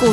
股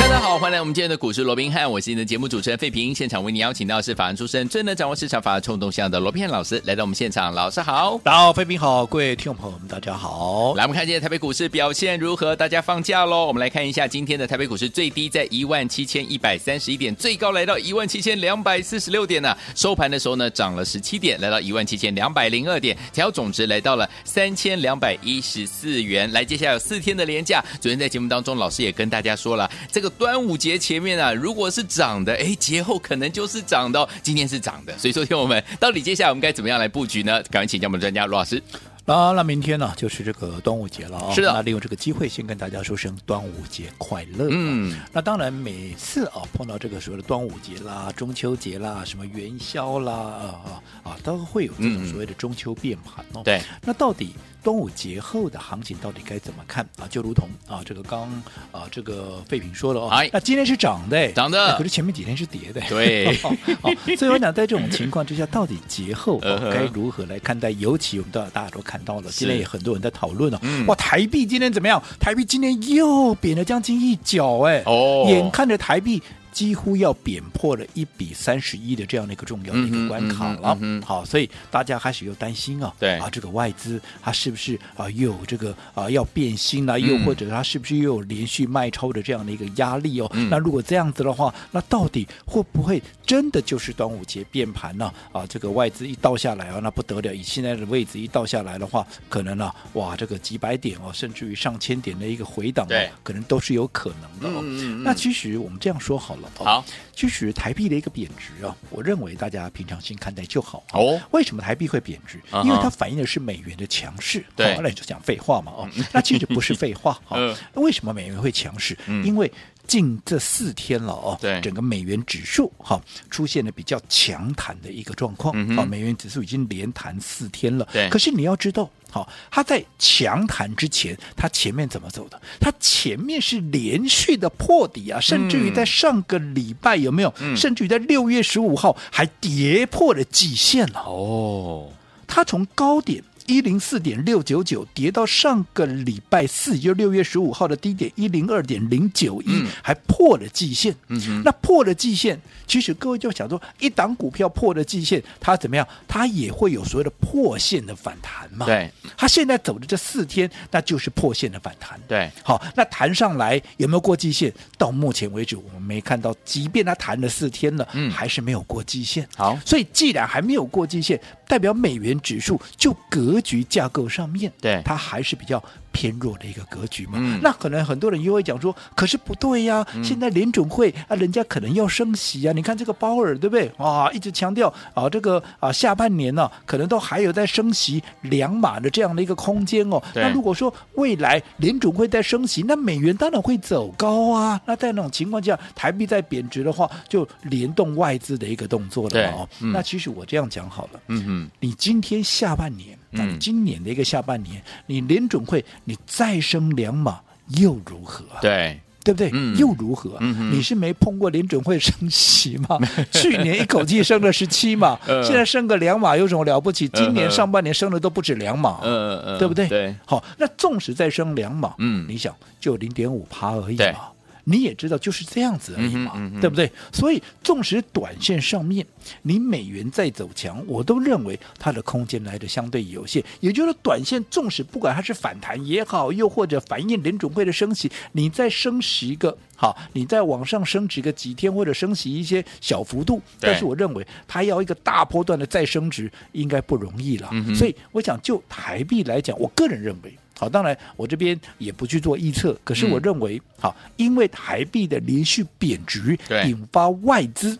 大家好，欢迎来我们今天的股市罗宾汉，我是你的节目主持人费平。现场为你邀请到是法案出身、最能掌握市场法案冲动向的罗宾汉老师来到我们现场，老师好。大家好，飞平好，各位听众朋友们，大家好。来，我们看今天台北股市表现如何？大家放假喽！我们来看一下今天的台北股市，最低在一万七千一百三十一点，最高来到一万七千两百四十六点呢、收盘的时候呢，涨了十七点，来到一万七千两百零二点，调总值来到了三千两百一十四元。来，接下来有四天的连假，昨天在节目当中，老师也跟大家说了，这个端午节前面啊，如果是涨的，哎，节后可能就是涨的、哦，今天是涨的，所以说，听我们到底接下来我们该怎么样来布局呢？赶快请教我们的专家罗老师。那那明天呢，就是这个端午节了啊、是的那利用这个机会，先跟大家说声端午节快乐。啊嗯，那当然，每次啊碰到这个所谓的端午节啦、中秋节啦、什么元宵啦啊啊啊，都会有这嗯种所谓的中秋变盘哦。对，那到底端午节后的行情到底该怎么看啊？就如同啊这个刚啊这个费平说了哦哎，那今天是涨的哎，涨的哎可是前面几天是跌的哎。 对好，好所以我想在这种情况之下，到底节后、嗯哦哼、该如何来看待？尤其我们大大家都看到了，今天是也很多人在讨论哦，嗯哇，台币今天怎么样？台币今天又贬了将近一角，哎，哦眼看着台币。几乎要贬破了一比三十一的这样的一个重要的一嗯哼个关卡嗯了哼，嗯哼好，所以大家开始又担心啊，对啊，这个外资它是不是啊又有这个啊要变心啦、又嗯或者它是不是又有连续卖超的这样的一个压力哦？嗯那如果这样子的话，那到底会不会真的就是端午节变盘呢、啊？这个外资一倒下来啊，那不得了！以现在的位置一倒下来的话，可能啊，哇，这个几百点哦，甚至于上千点的一个回档、对哦，可能都是有可能的哦。嗯嗯嗯那其实我们这样说好了、哦，好，其实台币的一个贬值啊，我认为大家平常心看待就好。哦，为什么台币会贬值嗯？哼因为它反映的是美元的强势。对好那你就讲废话嘛哦，那其实不是废话。好 嗯，那为什么美元会强势嗯？因为近这四天了哦，对整个美元指数哈出现了比较强弹的一个状况嗯哼啊，美元指数已经连弹四天了。对可是你要知道，好，它在强弹之前，它前面怎么走的？它前面是连续的破底啊，甚至于在上个礼拜有没有？嗯甚至于在六月十五号还跌破了季线了。哦，它从高点一零四点六九九跌到上个礼拜四，也就是六月十五号的低点一零二点零九一嗯，还破了季线。嗯哼那破了季线，其实各位就想说，一档股票破了季线，它怎么样？它也会有所谓的破线的反弹嘛。对，它现在走的这四天，那就是破线的反弹。对，好，那弹上来有没有过季线？到目前为止，我们没看到，即便它弹了四天了，嗯还是没有过季线。好所以既然还没有过季线，代表美元指数就格局架构上面，对它还是比较偏弱的一个格局嘛。嗯那可能很多人又会讲说，可是不对呀、现在联准会啊，人家可能要升息啊，你看这个鲍尔对不对？啊，一直强调啊，这个啊下半年呢、可能都还有在升息两码的这样的一个空间哦。对那如果说未来联准会在升息，那美元当然会走高啊。那在那种情况下，台币在贬值的话，就联动外资的一个动作了嘛哦。对嗯那其实我这样讲好了，嗯哼，你今天下半年，嗯嗯，今年的一个下半年，你联准会你再升两码又如何啊？对，对不对？嗯又如何、嗯哼你是没碰过联准会升息 吗？去年一口气升了十七码呃，现在升个两码有什么了不起？今嗯年哼上半年升的都不止两码，嗯嗯哦对不对？对，好，那纵使再升两码，嗯你想就零点五趴而已对嘛。你也知道就是这样子而已嘛，嗯哼嗯哼对不对？所以纵使短线上面你美元再走强，我都认为它的空间来的相对有限。也就是说，短线纵使不管它是反弹也好，又或者反映联准会的升息，你再升息个好，你再往上升值个几天，或者升息一些小幅度，对但是我认为它要一个大波段的再升值应该不容易了。嗯哼所以我想就台币来讲，我个人认为。好，当然我这边也不去做预测，可是嗯我认为，好，因为台币的连续贬值对，引发外资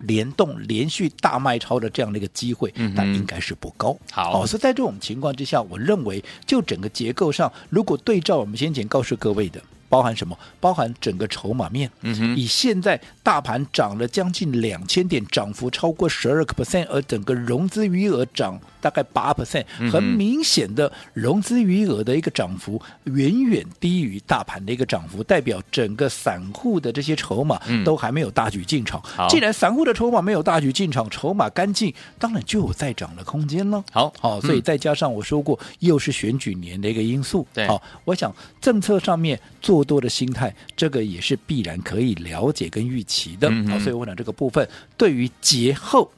联动连续大卖超的这样的一个机会，嗯哼那应该是不高。好哦所以在这种情况之下，我认为就整个结构上，如果对照我们先前告诉各位的，包含什么？包含整个筹码面。嗯哼以现在大盘涨了将近两千点，涨幅超过十二个 percent，而整个融资余额涨大概八 percent，嗯哼很明显的融资余额的一个涨幅远远低于大盘的一个涨幅，代表整个散户的这些筹码嗯都还没有大举进场。好既然散户的筹码没有大举进场，筹码干净，当然就有再涨的空间了。好好、所以嗯再加上我说过，又是选举年的一个因素，对好、我想政策上面做多的心态，这个也是必然可以了解跟预期的。好、嗯哼所以我想这个部分对于节后，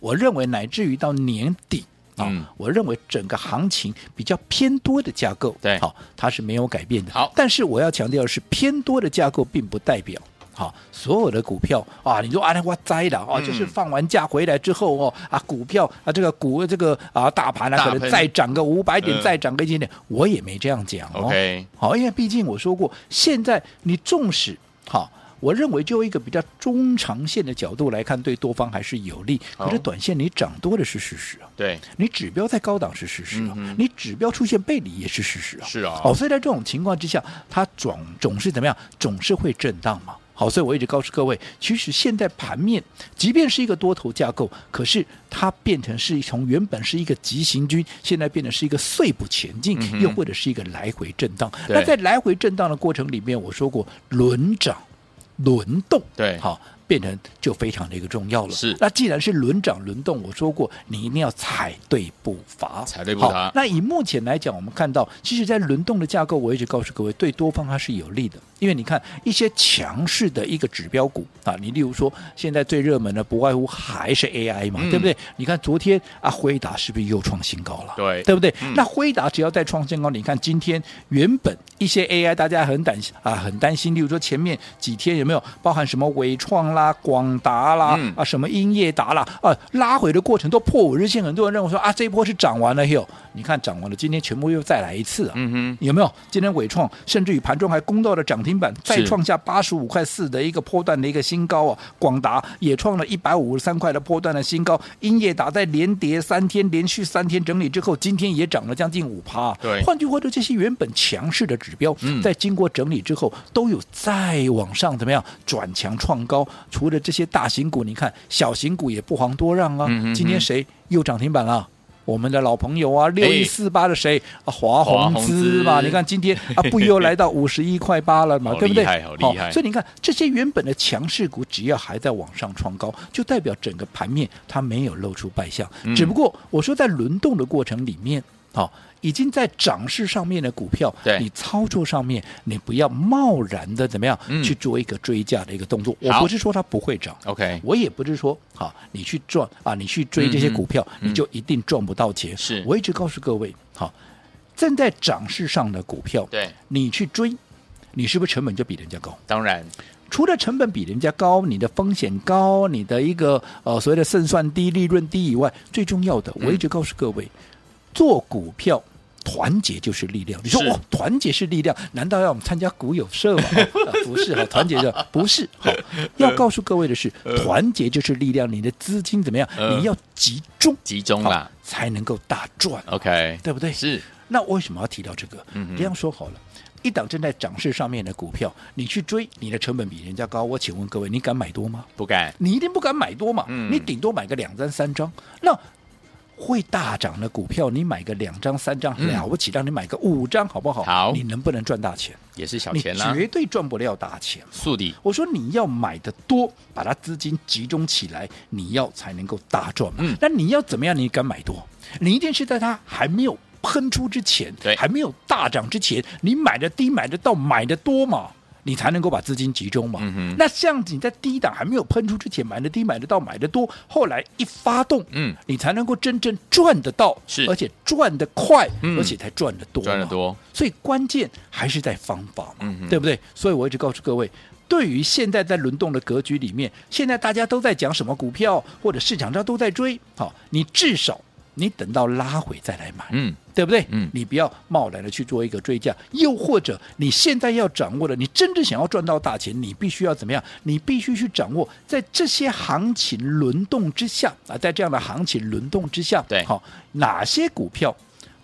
我认为乃至于到年底。啊、嗯我认为整个行情比较偏多的架构，对好、它是没有改变的。好但是我要强调的是，偏多的架构并不代表。好，所有的股票啊，你说啊，那我栽了啊，嗯就是放完假回来之后哦，啊，股票啊，这个股这个啊，大盘大啊，盘可能再涨个五百点，嗯再涨个一千点，我也没这样讲哦。 OK 好，因为毕竟我说过，现在你纵使好。我认为就一个比较中长线的角度来看，对多方还是有利。好可是短线你涨多的是事实啊，对，你指标在高档是事实啊，嗯哼你指标出现背离也是事实啊。是啊哦，所以在这种情况之下，它总总是怎么样？总是会震荡嘛。好，所以我一直告诉各位，其实现在盘面即便是一个多头架构，可是它变成是从原本是一个急行军，现在变成是一个碎步前进，嗯哼又或者是一个来回震荡。对那在来回震荡的过程里面，我说过轮涨、轮动，对好。变成就非常的一个重要了。是那既然是轮涨轮动，我说过，你一定要踩对步伐，踩对步好伐那以目前来讲，我们看到，其实，在轮动的架构，我一直告诉各位，对多方它是有利的，因为你看一些强势的一个指标股啊，你例如说现在最热门的不外乎还是 AI 嘛，嗯对不对？你看昨天啊，辉达是不是又创新高了？对对不对？嗯那辉达只要再创新高，你看今天原本一些 AI 大家很担心啊，很担心，例如说前面几天有没有包含什么伟创啦、广达啦、嗯啊什么英业达啦啊，拉回的过程都破五日线，很多人认为说啊这一波是涨完了哟，你看涨完了，今天全部又再来一次啊。嗯哼，有没有？今天伟创甚至于盘中还攻到了涨停板，再是创下八十五块四的一个波段的一个新高啊！广达也创了一百五十三块的波段的新高，英业达在连跌三天，连续三天整理之后，今天也涨了将近五趴。对换句话说，这些原本强势的指标，嗯在经过整理之后，都有再往上怎么样转强创高。除了这些大型股，你看小型股也不遑多让啊！嗯哼今天哼谁又涨停板了？我们的老朋友啊，六一四八的谁、啊，华华宏宏 资嘛，资你看今天啊，不又 来到五十一块八了嘛，好对不对？厉害好厉害所以你看这些原本的强势股，只要还在往上创高，就代表整个盘面它没有露出败相。嗯只不过我说在轮动的过程里面，好、已经在涨势上面的股票对，你操作上面你不要贸然的怎么样、嗯去做一个追价的一个动作。我好不是说它不会涨， ，OK，我也不是说好你去赚啊，你去追这些股票，嗯嗯你就一定赚不到钱。是我一直告诉各位，好，正在涨势上的股票，对，你去追，你是不是成本就比人家高？当然，除了成本比人家高，你的风险高，你的一个呃所谓的胜算低、利润低以外，最重要的，我一直嗯告诉各位，做股票。团结就是力量。你说是哇，团结是力量，难道要我们参加股友社吗？ 哦呃不是哈，团结的不是 好。要告诉各位的是，嗯团结就是力量。你的资金怎么样？呃你要集中集中好啦才能够大赚， ，OK，对不对？是，那为什么要提到这个？嗯哼这样说好了，一档正在涨势上面的股票，你去追，你的成本比人家高。我请问各位，你敢买多吗？不敢，你一定不敢买多嘛，嗯你顶多买个两张三张。那会大涨的股票，你买个两张三张、嗯了不起，让你买个五张好不好？好你能不能赚大钱？也是小钱啦你，绝对赚不了大钱。速底，我说你要买的多，把它资金集中起来，你要才能够大赚嘛嗯。那、你要怎么样？你敢买多？你一定是在它还没有喷出之前对，还没有大涨之前，你买的低，买的到，买的多嘛。你才能够把资金集中嘛。嗯哼那像你在低档还没有喷出之前买的低、买的到、买的多，后来一发动，嗯，你才能够真正赚得到，是而且赚得快，嗯而且才赚得多嘛，赚得多所以关键还是在方法嘛，嗯哼对不对？所以我一直告诉各位，对于现在在轮动的格局里面，现在大家都在讲什么股票，或者市场上都在追，好、你至少你等到拉回再来买。嗯，对不对？嗯你不要贸然的去做一个追价，又或者你现在要掌握的，你真正想要赚到大钱，你必须要怎么样？你必须去掌握在这些行情轮动之下啊，在这样的行情轮动之下，对好、哪些股票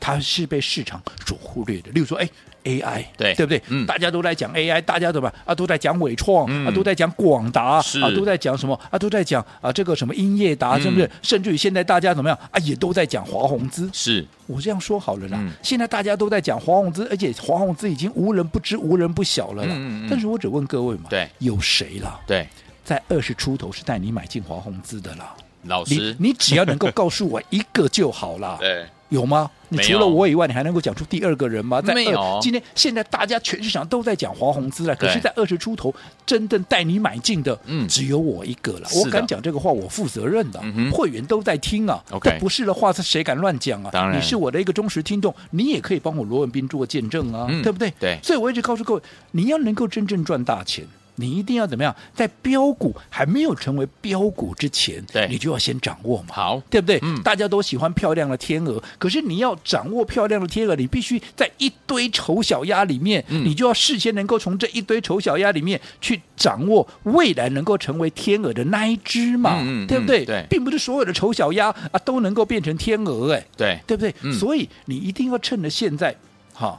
它是被市场所忽略的？例如说，哎， AI，对对不对？嗯大家都在讲 AI，大家怎么啊都在讲伟创、嗯啊，都在讲广达啊是，都在讲什么啊，都在讲啊这个什么英业达，嗯是不是？甚至于现在大家怎么样啊，也都在讲华宏资。是我这样说好了啦，嗯现在大家都在讲华宏资，而且华宏资已经无人不知、无人不晓了啦。嗯嗯嗯但是我只问各位嘛，对有谁啦，对，在二十出头是带你买进华宏资的啦？老师你，你只要能够告诉我一个就好 啦。对，有吗？你没有除了我以外，你还能够讲出第二个人吗？在没有二今天现在大家全市场都在讲华宏资了，可是，对在二十出头真正带你买进的，嗯只有我一个了。是的我敢讲这个话，我负责任的嗯哼，会员都在听啊。 OK 但不是的话，是谁敢乱讲啊？当然你是我的一个忠实听众，你也可以帮我罗文斌做见证啊嗯，对不对？对所以我一直告诉各位，你要能够真正赚大钱。你一定要怎么样？在标股还没有成为标股之前，对你就要先掌握嘛。好，对不对？嗯大家都喜欢漂亮的天鹅，可是你要掌握漂亮的天鹅，你必须在一堆丑小鸭里面，嗯你就要事先能够从这一堆丑小鸭里面去掌握未来能够成为天鹅的那一只嘛，嗯嗯对不对？嗯对并不是所有的丑小鸭啊都能够变成天鹅、哎，对，对不对？嗯所以你一定要趁着现在，哈、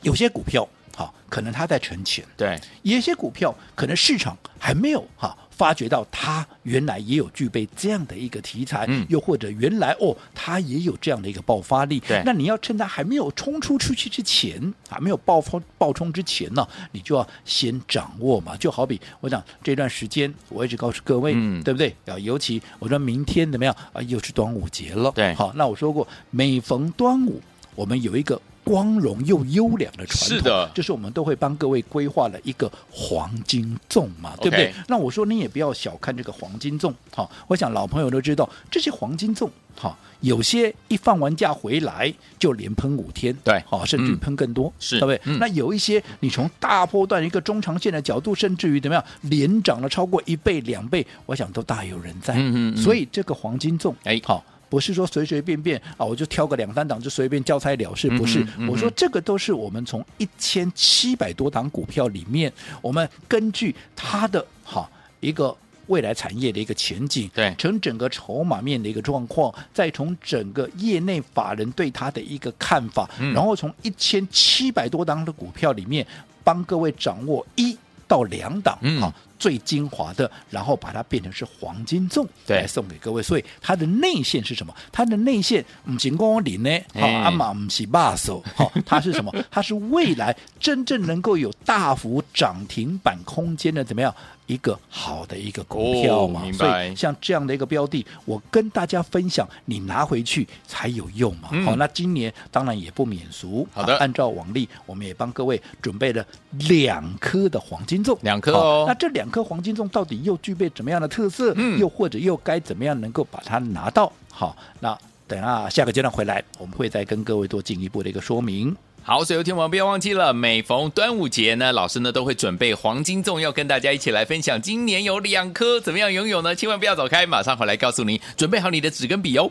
有些股票哈、可能它在存钱。对，有一些股票可能市场还没有哈、发觉到它原来也有具备这样的一个题材，嗯又或者原来哦它也有这样的一个爆发力对，那你要趁它还没有冲出出去之前，还没有爆发爆冲之前呢、你就要先掌握嘛。就好比我讲这段时间，我一直告诉各位，嗯对不对啊？尤其我说明天怎么样啊？又是端午节了，对好，那我说过，每逢端午，我们有一个。光荣又优良的传统，是的就是我们都会帮各位规划了一个黄金粽嘛，对不 OK 对？那我说你也不要小看这个黄金粽，好、我想老朋友都知道，这些黄金粽，好、有些一放完假回来就连喷五天，对好、甚至于嗯喷更多，是对不对？嗯那有一些你从大波段一个中长线的角度，甚至于怎么样，连涨了超过一倍、两倍，我想都大有人在。嗯嗯嗯所以这个黄金粽，哎好、不是说随随便便啊，我就挑个两三档就随便交差了事，嗯哼不是。嗯哼我说这个都是我们从一千七百多档股票里面，我们根据它的哈、一个。未来产业的一个前景，对从整个筹码面的一个状况，再从整个业内法人对它的一个看法，嗯然后从一千七百多档的股票里面，帮各位掌握一到两档，嗯好最精华的，然后把它变成是黄金粽，对来送给各位。所以它的内线是什么？它的内嗯线唔仅光零呢，好哎阿玛唔是把手，好，它是什么？ 它是未来真正能够有大幅涨停板空间的怎么样一个好的一个股票嘛哦？明所白以像这样的一个标的，我跟大家分享，你拿回去才有用嘛。嗯好，那今年当然也不免俗，好的啊按照往例，我们也帮各位准备了两颗的黄金粽，两颗好哦那这两颗黄金粽到底又具备怎么样的特色？嗯又或者又该怎么样能够把它拿到？好，那等啊下个阶段回来，我们会再跟各位做进一步的一个说明。好，所以有听我们不要忘记了，每逢端午节呢，老师呢都会准备黄金粽，要跟大家一起来分享。今年有两颗，怎么样拥有呢？千万不要走开，马上回来告诉您，准备好你的纸跟笔哦。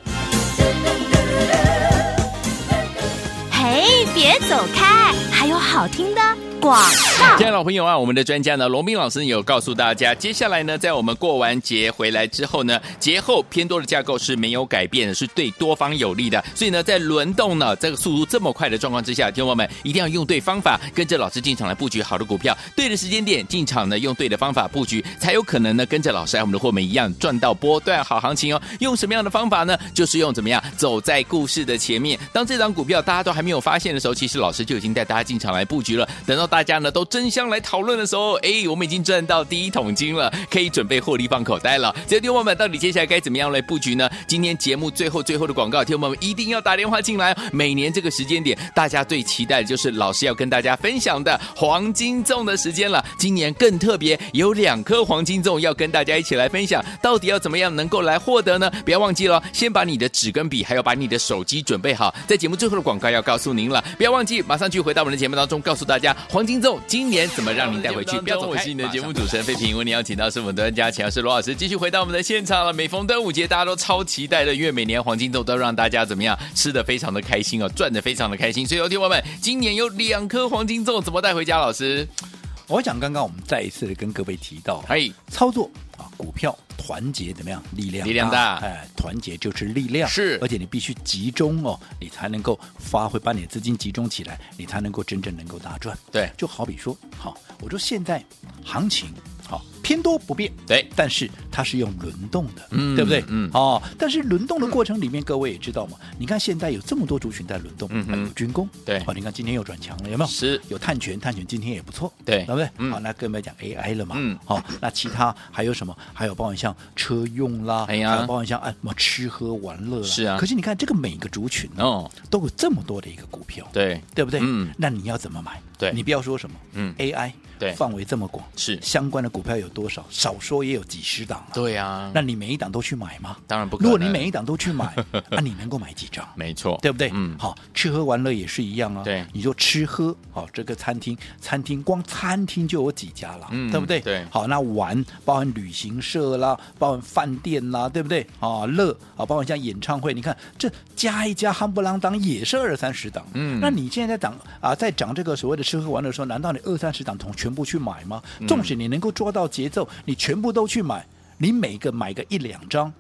嘿，别走开，还有好听的广告。亲爱的老朋友啊，我们的专家呢，罗斌老师有告诉大家，接下来呢，在我们过完节回来之后呢，节后偏多的架构是没有改变的，是对多方有利的。所以呢，在轮动呢这个速度这么快的状况之下，听众朋友们一定要用对方法，跟着老师进场来布局好的股票，对的时间点进场呢，用对的方法布局，才有可能呢跟着老师还有我们的货们一样赚到波段好行情哦。用什么样的方法呢？就是用怎么样走在故事的前面。当这张股票大家都还没有发现的时候，其实老师就已经带大家进场来布局了。等到大家呢都争相来讨论的时候，哎，我们已经赚到第一桶金了，可以准备获利放口袋了。所以，听众朋友们，到底接下来该怎么样来布局呢？今天节目最后最后的广告，听众朋友们一定要打电话进来哦。每年这个时间点，大家最期待的就是老师要跟大家分享的黄金粽的时间了。今年更特别，有两颗黄金粽要跟大家一起来分享，到底要怎么样能够来获得呢？不要忘记了，先把你的纸跟笔，还有把你的手机准备好。在节目最后的广告要告诉您了，不要忘记，马上去回到我们的节目当中，告诉大家黄金粽今年怎么让您带回 去。不要走开，我是你的节目主持人费平，为您邀请到是我们的专家钱老师罗老师，继续回到我们的现场了。每逢端午节，大家都超期待的，因为每年黄金粽都让大家怎么样吃的非常的开心哦，赚的非常的开心。所以，有听友们，今年有两颗黄金粽，怎么带回家？老师，哎我想刚刚我们再一次的跟各位提到，嘿，操作啊股票团团结怎么样？力量力量大哎，团结就是力量，是而且你必须集中哦，你才能够发挥，把你的资金集中起来，你才能够真正能够大赚。对就好比说，好，我说现在行情好偏多不变，对但是它是用轮动的，嗯对不对？嗯哦，但是轮动的过程里面，各位也知道嘛，你看现在有这么多族群在轮动，嗯哼有军工，对哦，你看今天又转强了，有没有？是有碳权，碳权今天也不错，对对不对？嗯好，那更不要讲 AI 了嘛，嗯好、那其他还有什么？还有包含像车用啦，哎呀还有包含像哎什么吃喝玩乐啦，是啊可是你看这个每个族群呢、哦，都有这么多的一个股票，对对不对？嗯，那你要怎么买？对你不要说什么，嗯，AI 对范围这么广，是相关的股票有多少？少说也有几十档了。对啊，那你每一档都去买吗？当然不可如能。果你每一档都 去买，那、你能够买几张？没错，对不对？嗯，好，吃喝玩乐也是一样啊。对你说吃喝，好、这个餐厅，餐厅光餐厅就有几家了，嗯对不对？对好，那玩包含旅行社啦，包含饭店啦，对不对？啊，乐啊，包含像演唱会，你看这加一加，夯不啷当也是二三十档。嗯那你现在在涨啊，在涨这个所谓的吃喝玩乐的时候，难道你二三十档同全部去买吗？嗯纵使你能够抓到节奏，你全部都去买，你每个买个一两张。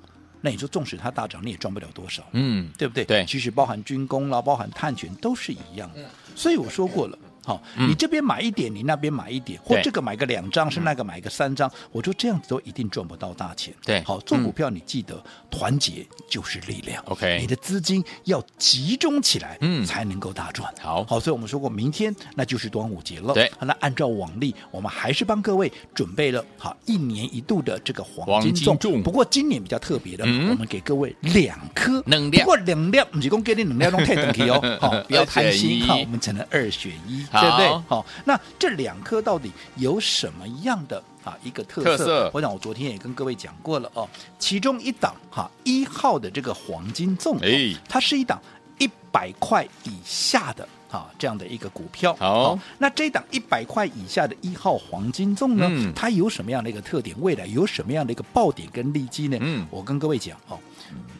那你说，纵使它大涨，你也赚不了多少。嗯，对不对？对其实包含军工啦，包含碳权都是一样的。所以我说过了。好，你这边买一点，你那边买一点，或嗯对嗯这个买个两张，是那个买个三张，我说这样子都一定赚不到大钱。对好，做嗯股票你记得团结就是力量。 OK 你的资金要集中起来，嗯才能够大赚。好好，所以我们说过，明天那就是端午节了。对那按照往例，我们还是帮各位准备了好一年一度的这个黄黄金金粽。粽不过今年比较特别的，嗯我们给各位两颗能量不过两粒不是讲给你能量拢太等去哦， 好、不要贪二选一心，好，我们只能二选一，好对不对？好、那这两颗到底有什么样的啊一个特色？特色我想我昨天也跟各位讲过了哦，其中一档哈一、号的这个黄金粽、哦，哎它是一档一百块以下的。啊，这样的一个股票，好那这一档一百块以下的一号黄金粽呢，嗯它有什么样的一个特点？未来有什么样的一个爆点跟利基呢？嗯我跟各位讲哦，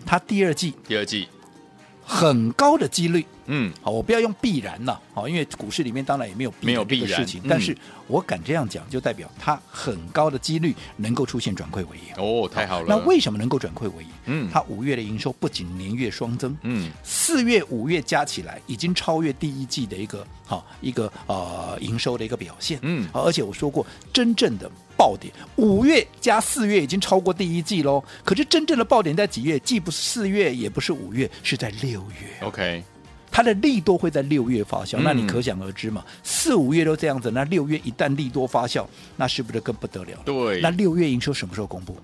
它第二季第二季，很高的几率，嗯，好，我不要用必然了，好，因为股市里面当然也没有必没有这个必然事情嗯，但是我敢这样讲，就代表它很高的几率能够出现转亏为盈。哦，太好了，那为什么能够转亏为盈？嗯它五月的营收不仅年月双增，嗯，四月、五月加起来已经超越第一季的一个好、一个呃营收的一个表现。嗯好而且我说过，真正的爆点，五月加四月已经超过第一季喽。可是真正的爆点在几月？既不是四月，也不是五月，是在六月。 OK，它的利多会在六月发酵，哦嗯那你可想而知嘛。四五月都这样子，那六月一旦利多发酵，那是不是更不得了了？对那六月营收什么时候公布？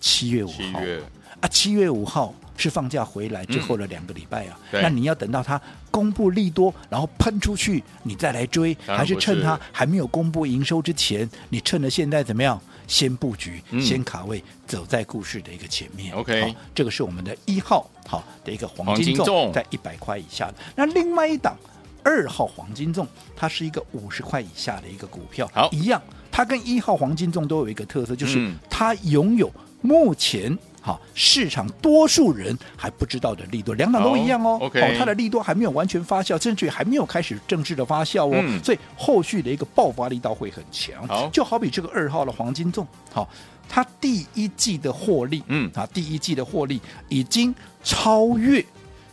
七月五七号。月，啊，七月五号是放假回来之后的两个礼拜啊，嗯对那你要等到它公布利多，然后喷出去，你再来追，当然还是不趁是它还没有公布营收之前，你趁着现在怎么样，先布局，嗯先卡位，走在故事的一个前面。 OK 好这个是我们的一号好的一个黄金黄金粽，粽在一百块以下的。那另外一档二号黄金粽，它是一个五十块以下的一个股票，好一样，它跟一号黄金粽都有一个特色，就是嗯它拥有目前哈市场多数人还不知道的利多，两档都一样哦。好，OK 它的利多还没有完全发酵，甚至于还没有开始正式的发酵哦，嗯所以后续的一个爆发力道会很强。好就好比这个二号的黄金粽，好，它第一季的获利，嗯啊，第一季的获利已经超越。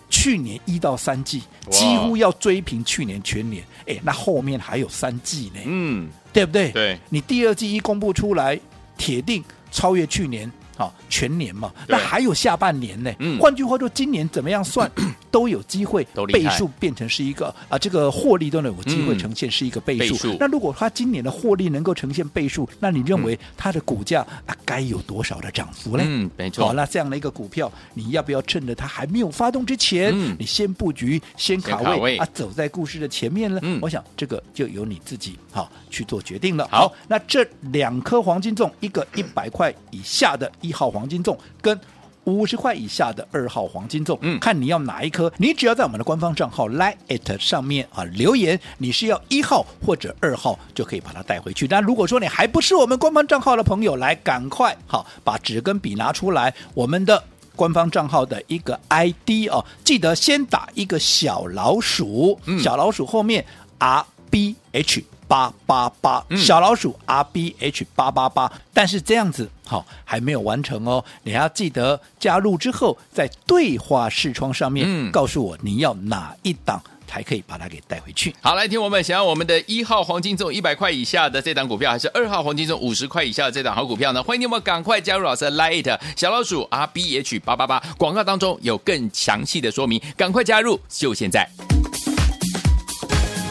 去年一到三季哇几乎要追平去年全年，哎，那后面还有三季呢，嗯，对不对？对，你第二季一公布出来，铁定超越去年啊、全年嘛，对那还有下半年呢。嗯换句话说，今年怎么 样算都有机会都厉倍害数变成是一个啊，这个获利都能有机会嗯呈现是一个倍倍数。数那如果它今年的获利能够呈现倍数，那你认为它的股价、啊该有多少的涨幅嘞？嗯，没好，错，那这样的一个股票，你要不要趁着它还没有发动之前，嗯你先布局、先卡先位卡位啊，走在故事的前面呢？嗯我想这个就由你自己好去做决定了。好那这两颗黄金粽，一个一百块以下的一号黄金粽，跟五十块以下的二号黄金粽，嗯看你要哪一颗，你只要在我们的官方账号 Line at 上面啊留言，你是要一号或者二号就可以把它带回去。但如果说你还不是我们官方账号的朋友，来赶快好把纸跟笔拿出来，我们的。官方账号的一个 ID 哦，记得先打一个小老鼠，嗯小老鼠后面 R B H 八八八，嗯小老鼠 R B H 八八八。但是这样子好、还没有完成哦，你还要记得加入之后在对话视窗上面、嗯告诉我你要哪一档才可以把它给带回去。好，来，听我们想要我们的一号黄金重一百块以下的这档股票，还是二号黄金重五十块以下的这档好股票呢？欢迎你们赶快加入老师的 Light 小老鼠 R B H 八八八，广告当中有更详细的说明，赶快加入，就现在。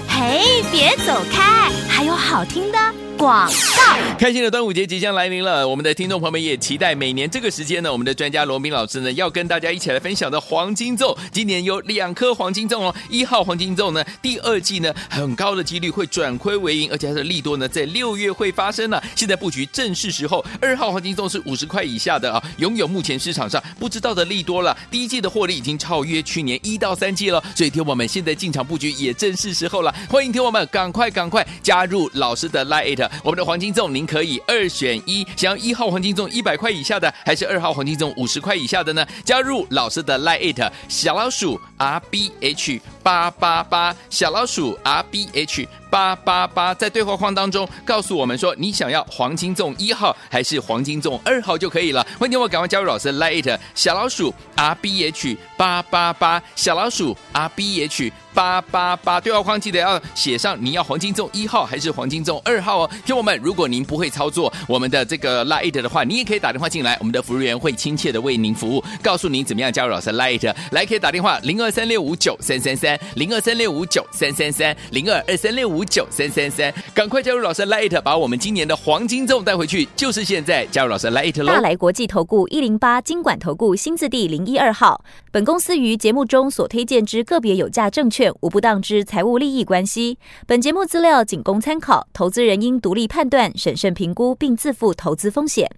嘿，别走开，还有好听的广告。 开心的端午节即将来临了，我们的听众朋友们也期待每年这个时间呢，我们的专家罗明老师呢要跟大家一起来分享的黄金粽，今年有两颗黄金粽哦，一号黄金粽呢，第二季呢很高的几率会转亏为盈，而且它的利多呢在六月会发生呢、现在布局正是时候。二号黄金粽是五十块以下的啊，拥有目前市场上不知道的利多了，第一季的获利已经超越去年一到三季了，所以听我们现在进场布局也正是时候了，欢迎听我们赶快赶快加入老师的 Lite，我们的黄金粽您可以二选一，想要一号黄金粽一百块以下的，还是二号黄金粽五十块以下的呢？加入老师的 Lite 小老鼠 R B H 八八八小老鼠 R B H。八八八在对话框当中告诉我们说你想要黄金粽一号还是黄金粽二号就可以了。欢迎我赶快加入老师 Lite 小老鼠 R B H 八八八小老鼠 R B H 八八八对话框记得要写上你要黄金粽一号还是黄金粽二号哦。听我们，如果您不会操作我们的这个 Lite 的话，你也可以打电话进来，我们的服务员会亲切的为您服务，告诉您怎么样加入老师 Lite。来，可以打电话零二三六五九三三三零二三六五九三三三零二二三六五九三三三，赶快加入老师 Lite，把我们今年的黄金粽带回去，就是现在加入老师 Lite 喽大。来国际投顾一零八金管投顾新字第零一二号。本公司于节目中所推荐之个别有价证券，无不当之财务利益关系。本节目资料仅供参考，投资人应独立判断、审慎评估，并自负投资风险。